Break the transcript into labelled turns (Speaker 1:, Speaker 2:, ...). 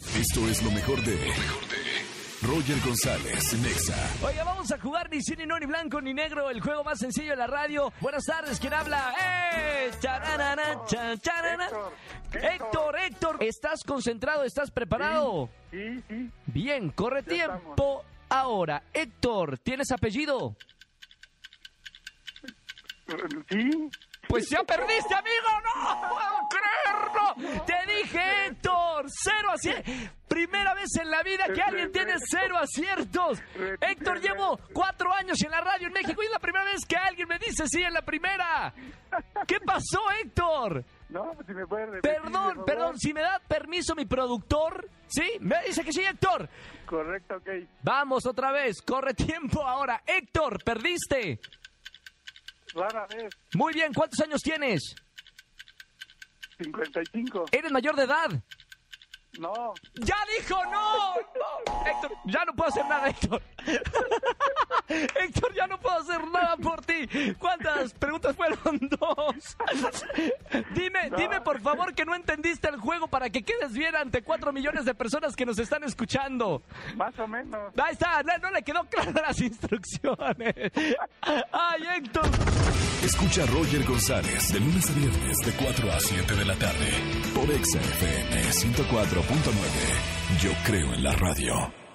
Speaker 1: Esto es lo mejor de. Roger González, Nexa.
Speaker 2: Oiga, vamos a jugar ni cine, no, ni blanco, ni negro, el juego más sencillo de la radio. Buenas tardes, ¿quién habla? ¡Eh! Chararana, cha- charana.
Speaker 3: Héctor,
Speaker 2: Héctor,
Speaker 3: Héctor.
Speaker 2: Héctor, ¿estás concentrado? ¿Estás preparado?
Speaker 3: Sí, sí,
Speaker 2: Bien, corre
Speaker 3: Ya estamos.
Speaker 2: tiempo ahora. Héctor, ¿tienes apellido?
Speaker 3: sí.
Speaker 2: Pues ya perdiste, amigo, no puedo creerlo. Te dije, Héctor, cero aciertos. Primera vez en la vida que alguien tiene cero aciertos. Héctor, llevo cuatro años en la radio en México y es la primera vez que alguien me dice sí en la primera. ¿Qué pasó, Héctor?
Speaker 3: No, si me puede repetir. por
Speaker 2: Perdón,
Speaker 3: favor.
Speaker 2: perdón, si me da permiso mi productor, ¿sí? Me dice que sí, Héctor.
Speaker 3: Correcto, ok.
Speaker 2: Vamos otra vez, corre tiempo ahora. Héctor, perdiste.
Speaker 3: Rara vez,
Speaker 2: Muy bien, ¿cuántos años tienes?
Speaker 3: 55.
Speaker 2: ¿Eres mayor de edad?
Speaker 3: No,
Speaker 2: ¡Ya dijo no! no! Héctor, ya no puedo hacer nada, Héctor. Héctor, ya no puedo hacer nada por ti. ¿Cuántas preguntas fueron? Dos. dime, dime por favor que no entendiste el juego para que quedes bien ante cuatro millones de personas que nos están escuchando.
Speaker 3: más o menos.
Speaker 2: Ahí está, no, no le quedó claras las instrucciones. ¡Ay, Héctor!
Speaker 1: Escucha a Roger González de lunes a viernes de 4 a 7 de la tarde por Exa FM 104.9. Yo creo en la radio.